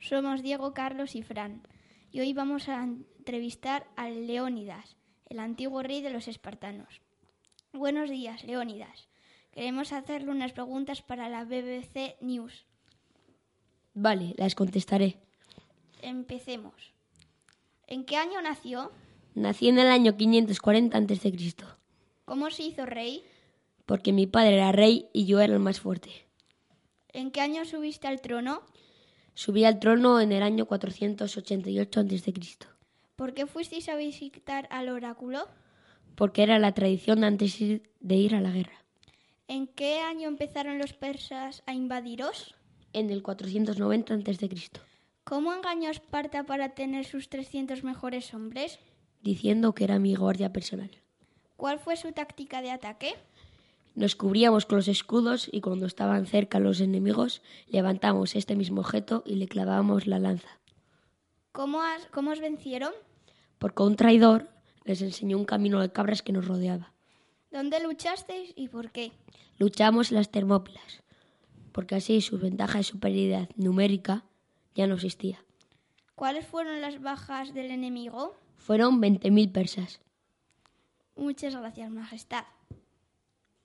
Somos Diego, Carlos y Fran y hoy vamos a entrevistar a Leónidas, el antiguo rey de los espartanos. Buenos días, Leónidas. Queremos hacerle unas preguntas para la BBC News. Vale, las contestaré. Empecemos. ¿En qué año nació? Nací en el año 540 a.C., ¿Cómo se hizo rey? porque mi padre era rey y yo era el más fuerte. ¿En qué año subiste al trono? Subí al trono en el año 488 a.C., ¿Por qué fuisteis a visitar al oráculo? porque era la tradición de antes ir- de ir a la guerra. ¿En qué año empezaron los persas a invadiros? En el 490 a.C., ¿Cómo engañó a Esparta para tener sus 300 mejores hombres? diciendo que era mi guardia personal. ¿Cuál fue su táctica de ataque? Nos cubríamos con los escudos y cuando estaban cerca los enemigos, levantamos este mismo objeto y le clavábamos la lanza. ¿Cómo, as- cómo os vencieron? Porque un traidor les enseñó un camino de cabras que nos rodeaba. ¿Dónde luchasteis y por qué? Luchamos en las Termópilas, porque así su ventaja de superioridad numérica ya no existía. ¿Cuáles fueron las bajas del enemigo? Fueron 20.000 persas. Muchas gracias, Majestad.